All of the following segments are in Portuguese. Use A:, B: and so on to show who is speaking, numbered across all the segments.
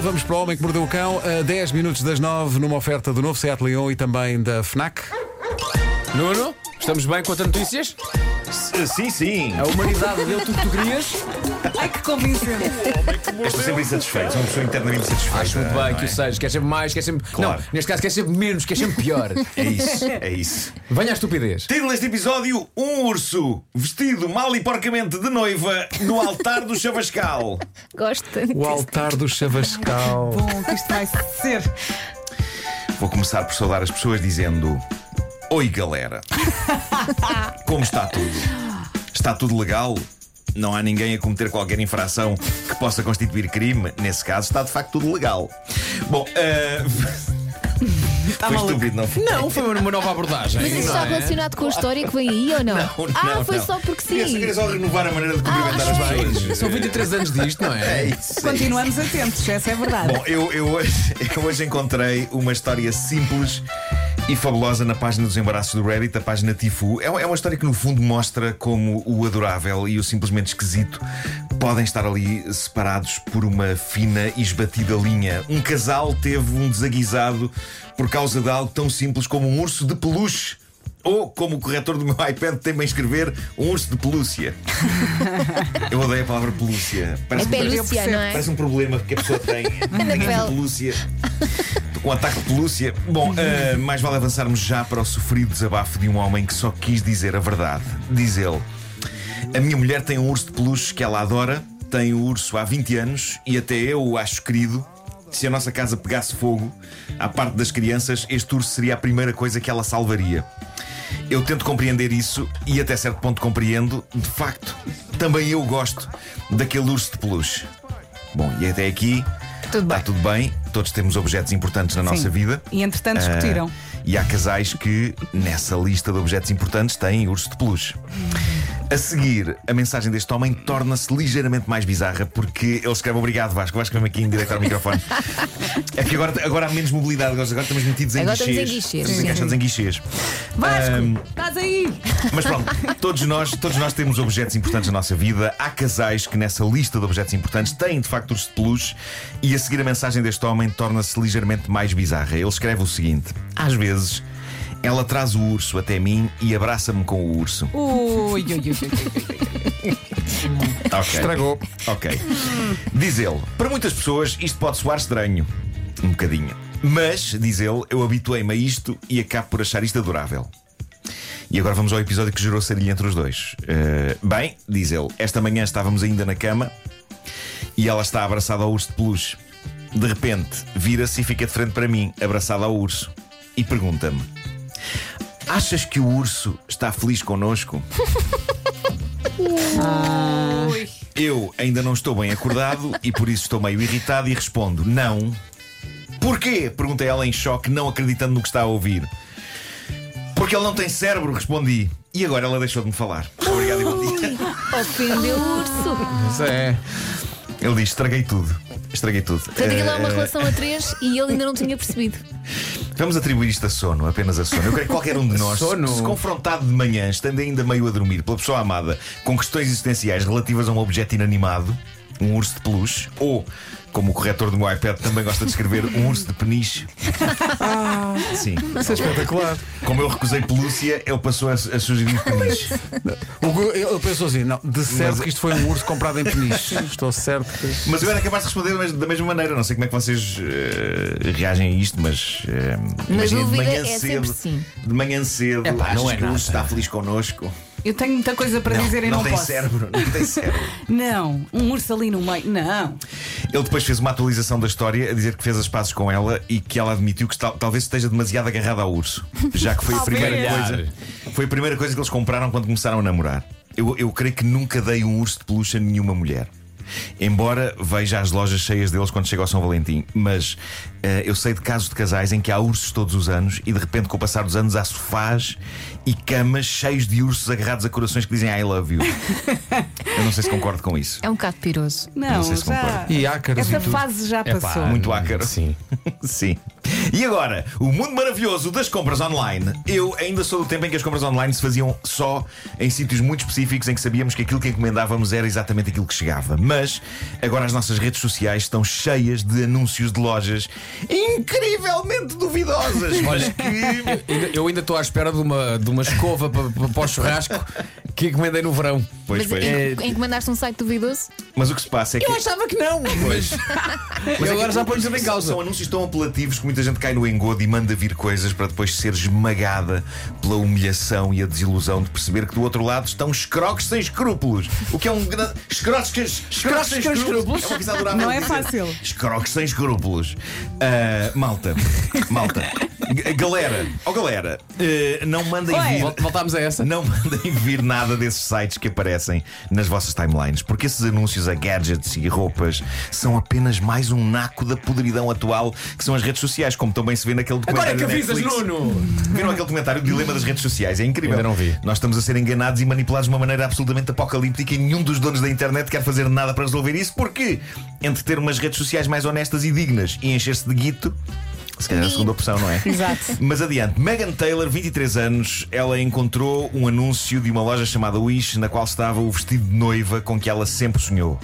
A: Vamos para o Homem que Mordeu o Cão, a 10 minutos das 9, numa oferta do novo Seat Leon e também da FNAC.
B: Nuno, estamos bem com as notícias?
C: Sim, sim.
B: A humanidade deu tudo que tu querias?
D: Ai que convincente.
C: Eu estou sempre insatisfeito. Sou uma pessoa internamente insatisfeita.
B: Acho muito bem
C: não
B: que
C: é?
B: o sejas, quer sempre mais, quer sempre.
C: Claro.
B: Não, neste caso quer sempre menos, quer sempre pior.
C: É isso, é isso.
B: Venha à estupidez.
C: Título deste episódio: Um urso vestido mal e porcamente de noiva no altar do Chavascal.
E: Gosto tanto.
A: O altar do Chavascal.
D: Bom, que isto vai ser.
C: Vou começar por saudar as pessoas dizendo: Oi, galera. Como está tudo? Está tudo legal? Não há ninguém a cometer qualquer infração que possa constituir crime. Nesse caso, está de facto tudo legal. Bom, ah, foi
D: maluco.
C: estúpido, não foi?
B: Não, foi uma nova abordagem.
E: Mas isto
B: não
E: está
B: é?
E: relacionado com a história que vem aí ou não?
C: Não,
E: ah,
C: não,
E: foi
C: não.
E: só porque
C: Queria só-
E: sim. Ah,
C: queria só renovar a maneira de cumprimentar as
B: Bem,
A: eh,
C: pessoas.
B: São 23 anos disto, não
C: É
B: é?
C: isso, é isso.
D: Continuamos atentos, essa é verdade.
C: Bom, eu, eu, hoje, eu hoje encontrei uma história simples e fabulosa na página dos embaraços do Reddit, a página Tifu. É, uma- é uma história que, no fundo, mostra como o adorável e o simplesmente esquisito podem estar ali separados por uma fina e esbatida linha. Um casal teve um desaguisado por causa de algo tão simples como um urso de peluche. Ou, como o corretor do meu iPad tem bem escrever, um urso de pelúcia. Eu odeio a palavra pelúcia.
E: É
C: Parece uma-
E: pelúcia, não é?
C: Parece um problema que a pessoa tem. tem
E: pele.
C: de pelúcia. Tô Com um ataque de pelúcia. Bom,
E: Uhum.
C: ah, mais vale avançarmos já para o sofrido desabafo de um homem que só quis dizer a verdade. Diz ele: A minha mulher tem um urso de peluche que ela adora, tem o urso há 20 anos e até eu o acho querido. Se a nossa casa pegasse fogo, à parte das crianças, este urso seria a primeira coisa que ela salvaria. Eu tento compreender isso e até certo ponto compreendo. De facto, também eu gosto daquele urso de peluche. Bom, e até aqui
D: Tudo
C: está
D: bem.
C: tudo bem. Todos temos objetos importantes na nossa vida.
D: E entretanto
C: Ah,
D: discutiram.
C: e há casais que, nessa lista de objetos importantes, têm urso de peluche. A seguir, a mensagem deste homem torna-se ligeiramente mais bizarra porque ele escreve obrigado, Vasco. Vasco, vem aqui em direto ao microfone. É que agora, agora há menos mobilidade, agora estamos metidos em
E: Agora estamos
C: guichês.
E: em guichês,
C: Estamos
E: sim.
C: encaixados em guichês.
D: Vasco,
C: Ahm,
D: estás aí?
C: mas pronto, todos nós, todos nós temos objetos importantes na nossa vida. Há casais que nessa lista de objetos importantes têm de facto urso de peluche e a seguir a mensagem deste homem torna-se ligeiramente mais bizarra. Ele escreve o seguinte: Às vezes ela traz o urso até mim e abraça-me com o urso.
D: Ui, ui, ui, ui.
C: Ok.
A: Estragou.
C: Ok. Diz ele: Para muitas pessoas isto pode soar estranho. Um bocadinho. Mas, diz ele, eu habituei-me a isto e acabo por achar isto adorável. E agora vamos ao episódio que gerou sarilha entre os dois. Eh, bem, diz ele, esta manhã estávamos ainda na cama e ela está abraçada ao urso de peluche. De repente, vira-se e fica de frente para mim, abraçada ao urso, e pergunta-me: Achas que o urso está feliz connosco? Eu ainda não estou bem acordado e por isso estou meio irritado e respondo: Não. Porquê? Perguntei ela em choque, não acreditando no que está a ouvir. Porque ele não tem cérebro, respondi. E agora ela deixou de me falar. Obrigado e bom dia.
E: Ofendeu o urso.
B: Isso é.
C: Ele diz: Estraguei tudo. Estraguei tudo.
E: Portanto, aquilo é
C: Eh,
E: uma relação a três e ele ainda não tinha percebido.
C: Vamos atribuir isto a sono, apenas a sono. Eu creio que qualquer um de nós,
B: Sono.
C: se confrontado de manhã, estando ainda meio a dormir pela pessoa amada, com questões existenciais relativas a um objeto inanimado, um urso de peluche, ou, como o corretor do meu iPad também gosta de escrever, um urso de peniche. Sim.
A: Isso é espetacular.
C: Como eu recusei pelúcia, ele passou a, a sugerir peniche.
A: O Gu- Ele pensou assim: não, de certo que isto foi um urso comprado em Peniche. Estou certo que.
C: Mas eu era capaz de responder da mes- da mesma maneira. Não sei como é que vocês eh, reagem a isto, mas. eh, imagina, de
E: dúvida
C: manhã
E: é sempre
C: cedo.
E: sim.
C: De manhã cedo,
B: Epá,
C: achas
B: não é
C: que o
B: nada.
C: urso está feliz connosco.
D: Eu tenho muita coisa para dizer e não,
C: tem
D: posso.
C: cérebro, não tem cérebro.
D: Não, um urso ali no meio. Não.
C: Ele depois fez uma atualização da história a dizer que fez as pazes com ela e que ela admitiu que tal- talvez esteja demasiado agarrada ao urso, já que foi a primeira
B: Talvez.
C: coisa. Foi a primeira coisa que eles compraram quando começaram a namorar. Eu, eu creio que nunca dei um urso de peluche a nenhuma mulher. Embora veja as lojas cheias deles quando chega ao São Valentim, mas eh, eu sei de casos de casais em que há ursos todos os anos e de repente, com o passar dos anos, há sofás e camas cheios de ursos agarrados a corações que dizem I love you. eu não sei se concordo com isso.
E: É um bocado piroso.
D: Não,
C: sei se
D: já.
C: concordo.
A: E ácaros e
D: Essa
A: tudo.
C: Ah,
D: fase já
B: Epá,
D: passou.
C: Muito ácaro.
B: Sim.
C: é Sim. E agora, o mundo maravilhoso das compras online. Eu ainda sou do tempo em que as compras online se faziam só em sítios muito específicos em que sabíamos que aquilo que encomendávamos era exatamente aquilo que chegava. Mas agora as nossas redes sociais estão cheias de anúncios de lojas incrivelmente duvidosas, mas que
B: Ainda- Eu ainda estou à espera de uma, de uma escova para, para, para o churrasco que encomendei no verão.
C: Pois,
E: Mas
C: pois.
E: en- encomendaste um site duvidoso?
C: Mas o que se passa é que.
B: achava que não, mas.
C: Mas é
B: agora
C: que
B: já ponho tudo em causa.
C: São anúncios tão apelativos que muita gente cai no engodo e manda vir coisas para depois ser esmagada pela humilhação e a desilusão de perceber que do outro lado estão escroques sem escrúpulos. O que é um grande. Escroques que- escroques sem escrúpulos. É uma coisa adorável
D: Não é
C: dizer.
D: fácil.
C: Escroques sem escrúpulos. Ah, malta. Malta. G- galera. Ó galera. eh, não mandem
D: Ué.
C: vir.
B: Vol- Voltámos a essa.
C: Não mandem vir nada desses sites que aparecem nas vossas timelines, porque esses anúncios a gadgets e roupas são apenas mais um naco da podridão atual que são as redes sociais, como também se vê naquele
B: Agora
C: documentário.
B: é que
C: da
B: avisas,
C: Netflix.
B: Nuno!
C: Viram aquele documentário O Dilema das Redes Sociais? É incrível.
B: Ainda não vi.
C: Nós estamos a ser enganados e manipulados de uma maneira absolutamente apocalíptica e nenhum dos donos da internet quer fazer nada para resolver isso, porque entre ter umas redes sociais mais honestas e dignas e encher-se de guito. Se calhar é a segunda opção, não é?
E: Exato.
C: Mas adiante, Megan Taylor, 23 anos, ela encontrou um anúncio de uma loja chamada Wish na qual estava o vestido de noiva com que ela sempre sonhou.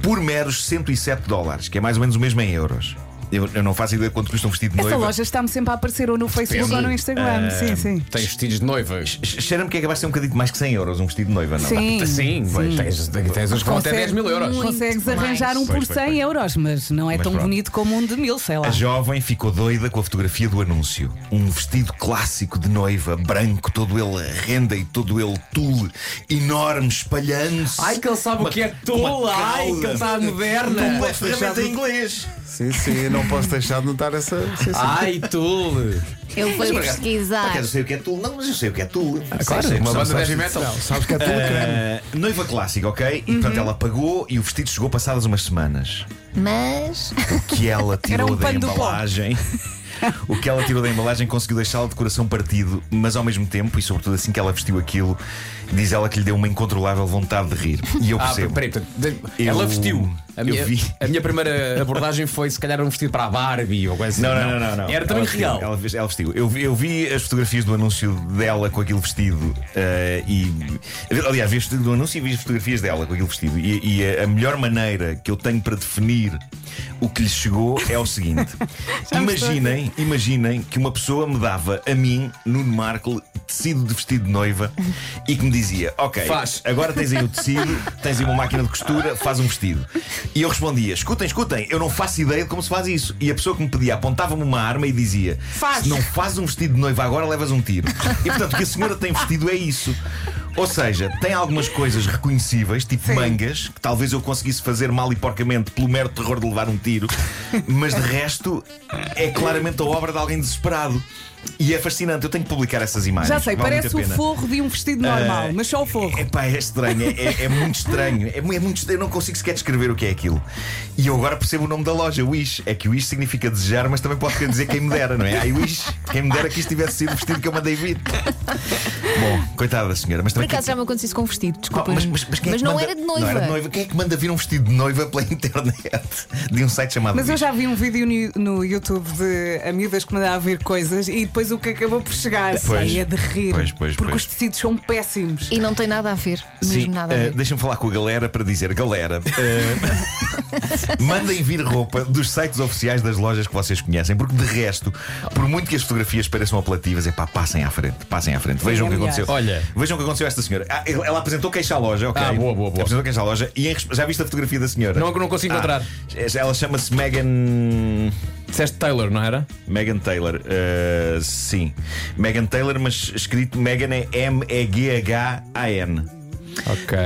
C: Por meros 107 dólares, que é mais ou menos o mesmo em euros. Eu, eu não faço ideia de quanto custa um vestido de
D: Essa
C: noiva.
D: loja está-me sempre a aparecer ou no Facebook
C: Depende.
D: ou no Instagram. Sim, sim.
B: Tens vestidos de noivas.
C: Che- Cheira-me que é capaz de ser um bocadinho mais que 100 euros um vestido de noiva, não?
D: Sim.
B: Sim, pois, tens, tens uns que vão até 10
D: Consegue-
B: mil euros.
E: Muito
D: Consegues
E: mais.
D: arranjar
C: Pois,
D: um por
C: pois, pois.
D: 100 euros, mas não é
C: Mas
D: tão
C: pronto. É
D: bonito como um de mil, sei lá.
C: A jovem ficou doida com a fotografia do anúncio. Um vestido clássico de noiva, branco, todo ele a renda e todo ele tule, enorme, espalhando-se.
B: Ai, que ele sabe o que é
C: uma
B: tola! Ai, que
C: cauda.
B: ele sabe moderna!
C: Tule é ferramenta em inglês.
A: Sim, sim, eu não posso deixar de notar essa. Sim, sim.
B: Ai, tule!
E: Ele foi
C: Por acaso- por
E: pesquisar.
C: acaso eu sei o que é tule. Não, mas eu sei o que é tule.
B: Tá. Ah, Claro,
C: Sei, sei,
B: uma
C: não
B: banda de
C: sabes
B: heavy metal. Uhum.
A: Sabes que é tudo creme.
C: Ah, noiva clássica, ok? E portanto ela pagou e o vestido chegou passadas umas semanas.
E: Mas.
C: O que ela tirou
D: um
C: da
D: pano do pó.
C: embalagem. O que ela tirou da embalagem conseguiu deixá-la de coração partido, mas ao mesmo tempo, e sobretudo assim que ela vestiu aquilo, diz ela que lhe deu uma incontrolável vontade de rir. E eu
B: Ah,
C: percebo.
B: peraí, portanto, de-
C: Eu-
B: ela vestiu. A
C: eu
B: minha,
C: vi.
B: a minha primeira abordagem foi se calhar um vestido para a Barbie ou coisa assim.
C: Não, não, não, não, não.
B: Era também
C: Ela vestiu,
B: real.
C: Ela, ves- ela vestiu. Eu, vi- eu vi as fotografias do anúncio dela com aquele vestido eh, e. Aliás, vi as fotografias do anúncio e vi as fotografias dela com aquele vestido. E, e a, a melhor maneira que eu tenho para definir o que lhe chegou é o seguinte: imaginem, imaginem que uma pessoa me dava a mim, Nuno Marco, tecido de vestido de noiva e que me dizia: Ok,
B: Faz.
C: agora tens aí o tecido, tens aí uma máquina de costura, faz um vestido. E eu respondia: escutem, escutem, eu não faço ideia de como se faz isso. E a pessoa que me pedia apontava-me uma arma e dizia:
D: Faz.
C: Se não fazes um vestido de noiva agora, levas um tiro. E portanto, o que a senhora tem vestido é isso. Ou seja, tem algumas coisas reconhecíveis, tipo mangas, que talvez eu conseguisse fazer mal e porcamente pelo mero terror de levar um tiro, mas de resto é claramente a obra de alguém desesperado. E é fascinante, eu tenho que publicar essas imagens.
D: Já sei,
C: é vale muito a
D: parece o
C: pena.
D: forro de um vestido normal,
C: Ah,
D: mas só o forro.
C: Epá, é estranho, é, é- é muito estranho. É, mu- é muito estranho, eu não consigo sequer descrever o que é aquilo. E eu agora percebo o nome da loja, Wish. É que Wish significa desejar, mas também pode querer dizer quem me dera, não é? Ai, Wish, quem me dera que isto tivesse sido o vestido que eu mandei vir. Bom, coitada da senhora, mas
E: Por
C: também.
E: acaso já me aconteceu isso com um vestido,
C: Oh,
E: desculpa.
C: mas, mas- mas quem é que
E: não
C: manda-
E: era de noiva.
C: Não era de noiva. Quem é que manda vir um vestido de noiva pela internet de um site chamado
D: Mas eu
C: Wish?
D: já vi um vídeo no- no YouTube de amigas que mandavam vir coisas e depois o que acabou por chegar
C: Pois.
D: Ai, é de rir.
C: Pois, pois,
D: porque
C: pois.
D: os tecidos são péssimos.
E: E não tem nada a ver.
C: Sim,
E: Mesmo nada a
C: eh,
E: ver.
C: deixa-me falar com a galera para dizer: galera, eh, mandem vir roupa dos sites oficiais das lojas que vocês conhecem, porque de resto, por muito que as fotografias pareçam apelativas, é pá, passem à frente, passem à frente. Vejam o que
D: É melhor.
C: aconteceu.
B: Olha.
C: Vejam o que aconteceu a esta senhora. Ah, ela ela apresentou queixa à loja, ok?
B: Ah, boa, boa, boa.
C: Apresentou queixa à loja e em resp- já viste a fotografia da senhora?
B: Não, não consigo
C: Ah,
B: encontrar.
C: Ela chama-se Megan.
B: Disseste Taylor, não era?
C: Megan Taylor, eh, sim. Megan Taylor, mas escrito Megan é M-E-G-H-A-N.
B: Ok.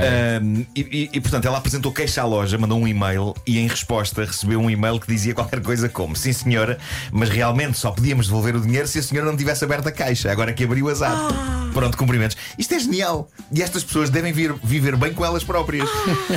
C: Um, e, e- e, portanto, ela apresentou queixa à loja, mandou um e-mail e, em resposta, recebeu um e-mail que dizia qualquer coisa como: Sim, senhora, mas realmente só podíamos devolver o dinheiro se a senhora não tivesse aberto a caixa. Agora que abriu, azar. Pronto, cumprimentos. Isto é genial. E estas pessoas devem vir, viver bem com elas próprias.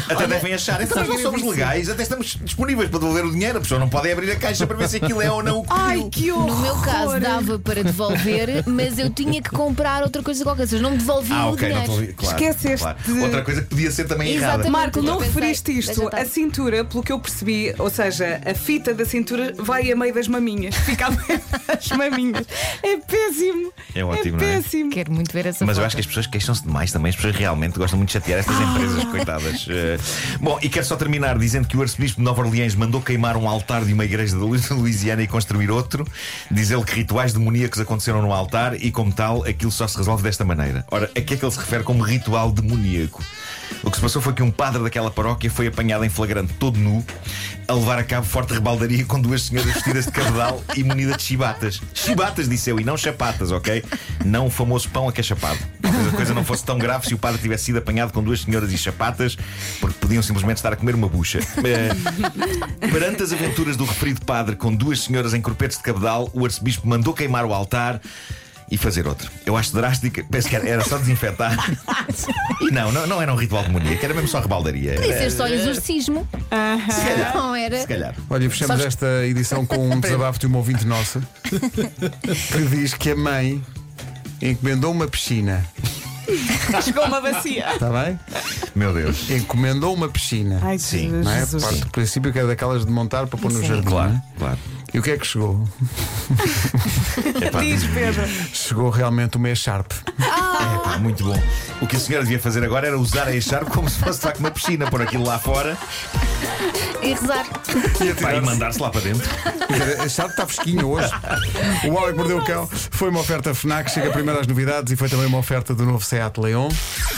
C: Até devem achar. Então, nós não somos legais, até estamos disponíveis para devolver o dinheiro. A pessoa não pode é abrir a caixa para ver se aquilo é ou não o que
D: Ai,
C: pediu.
D: que horror!
E: No meu caso dava para devolver, mas eu tinha que comprar outra coisa qualquer, ou seja, não me devolviam
C: Ah,
E: o
C: ok, não
E: dinheiro.
C: estou a ouvir. claro,
D: Esqueceste.
C: claro. Outra coisa que podia ser também errada.
E: Exatamente.
D: Marco, não
E: Eu pensei,
D: referiste isto.
E: deixa estar.
D: A cintura, pelo que eu percebi, ou seja, a fita da cintura vai a meio das maminhas. Fica a meio das maminhas. É péssimo.
C: É ótimo, não é?
D: péssimo.
E: Quero muito ver essa
C: Mas eu
E: foto.
C: acho que as pessoas queixam-se demais também. As pessoas realmente gostam muito de chatear estas empresas, coitadas. Eh, bom, e quero só terminar dizendo que o arcebispo de Nova Orleans mandou queimar um altar de uma igreja da Lu- Louisiana e construir outro. Diz ele que rituais demoníacos aconteceram no altar e, como tal, aquilo só se resolve desta maneira. Ora, a que é que ele se refere como ritual demoníaco? O que se passou foi que um padre daquela paróquia foi apanhado em flagrante todo nu a levar a cabo forte rebaldaria com duas senhoras vestidas de cabedal e munida de chibatas. Chibatas, disse eu, e não chapatas, ok? Não o famoso pão a que é chapado. Talvez a coisa não fosse tão grave se o padre tivesse sido apanhado com duas senhoras e chapatas, porque podiam simplesmente estar a comer uma bucha. Eh, Perante as aventuras do referido padre com duas senhoras em corpetes de cabedal, o arcebispo mandou queimar o altar. E fazer outro. Eu acho drástico, penso que era- era só desinfetar. E não, não, não era um ritual demoníaco, era mesmo só rebaldaria.
E: Podia
C: Era-
E: ser só exorcismo.
C: se calhar,
E: Não era.
C: Ah, Se calhar.
A: Olha, fechamos
E: Sabes-
A: esta edição com um desabafo de uma ouvinte nossa que diz que a mãe encomendou uma piscina,
D: Chegou uma bacia.
A: está bem?
C: Meu Deus.
A: Encomendou uma piscina.
D: Ai,
C: Sim,
D: Jesus,
A: Não é?
D: Jesus.
A: Parte do princípio que é daquelas de montar para pôr no
E: Sim.
A: jardim.
C: Claro,
A: né?
C: claro.
A: E o que é que chegou?
C: É pá,
D: Diz, Pedro.
A: Chegou realmente uma Sharp.
C: é pá, muito bom. O que a senhora devia fazer agora era usar a echarpe como se fosse de facto uma piscina, pôr aquilo lá fora
E: E rezar.
C: pá, e mandar-se lá para dentro.
A: A Sharp está fresquinha hoje. O Homem que Mordeu o Cão foi uma oferta Fnac, chega primeiro às novidades e foi também uma oferta do novo Seat Leon.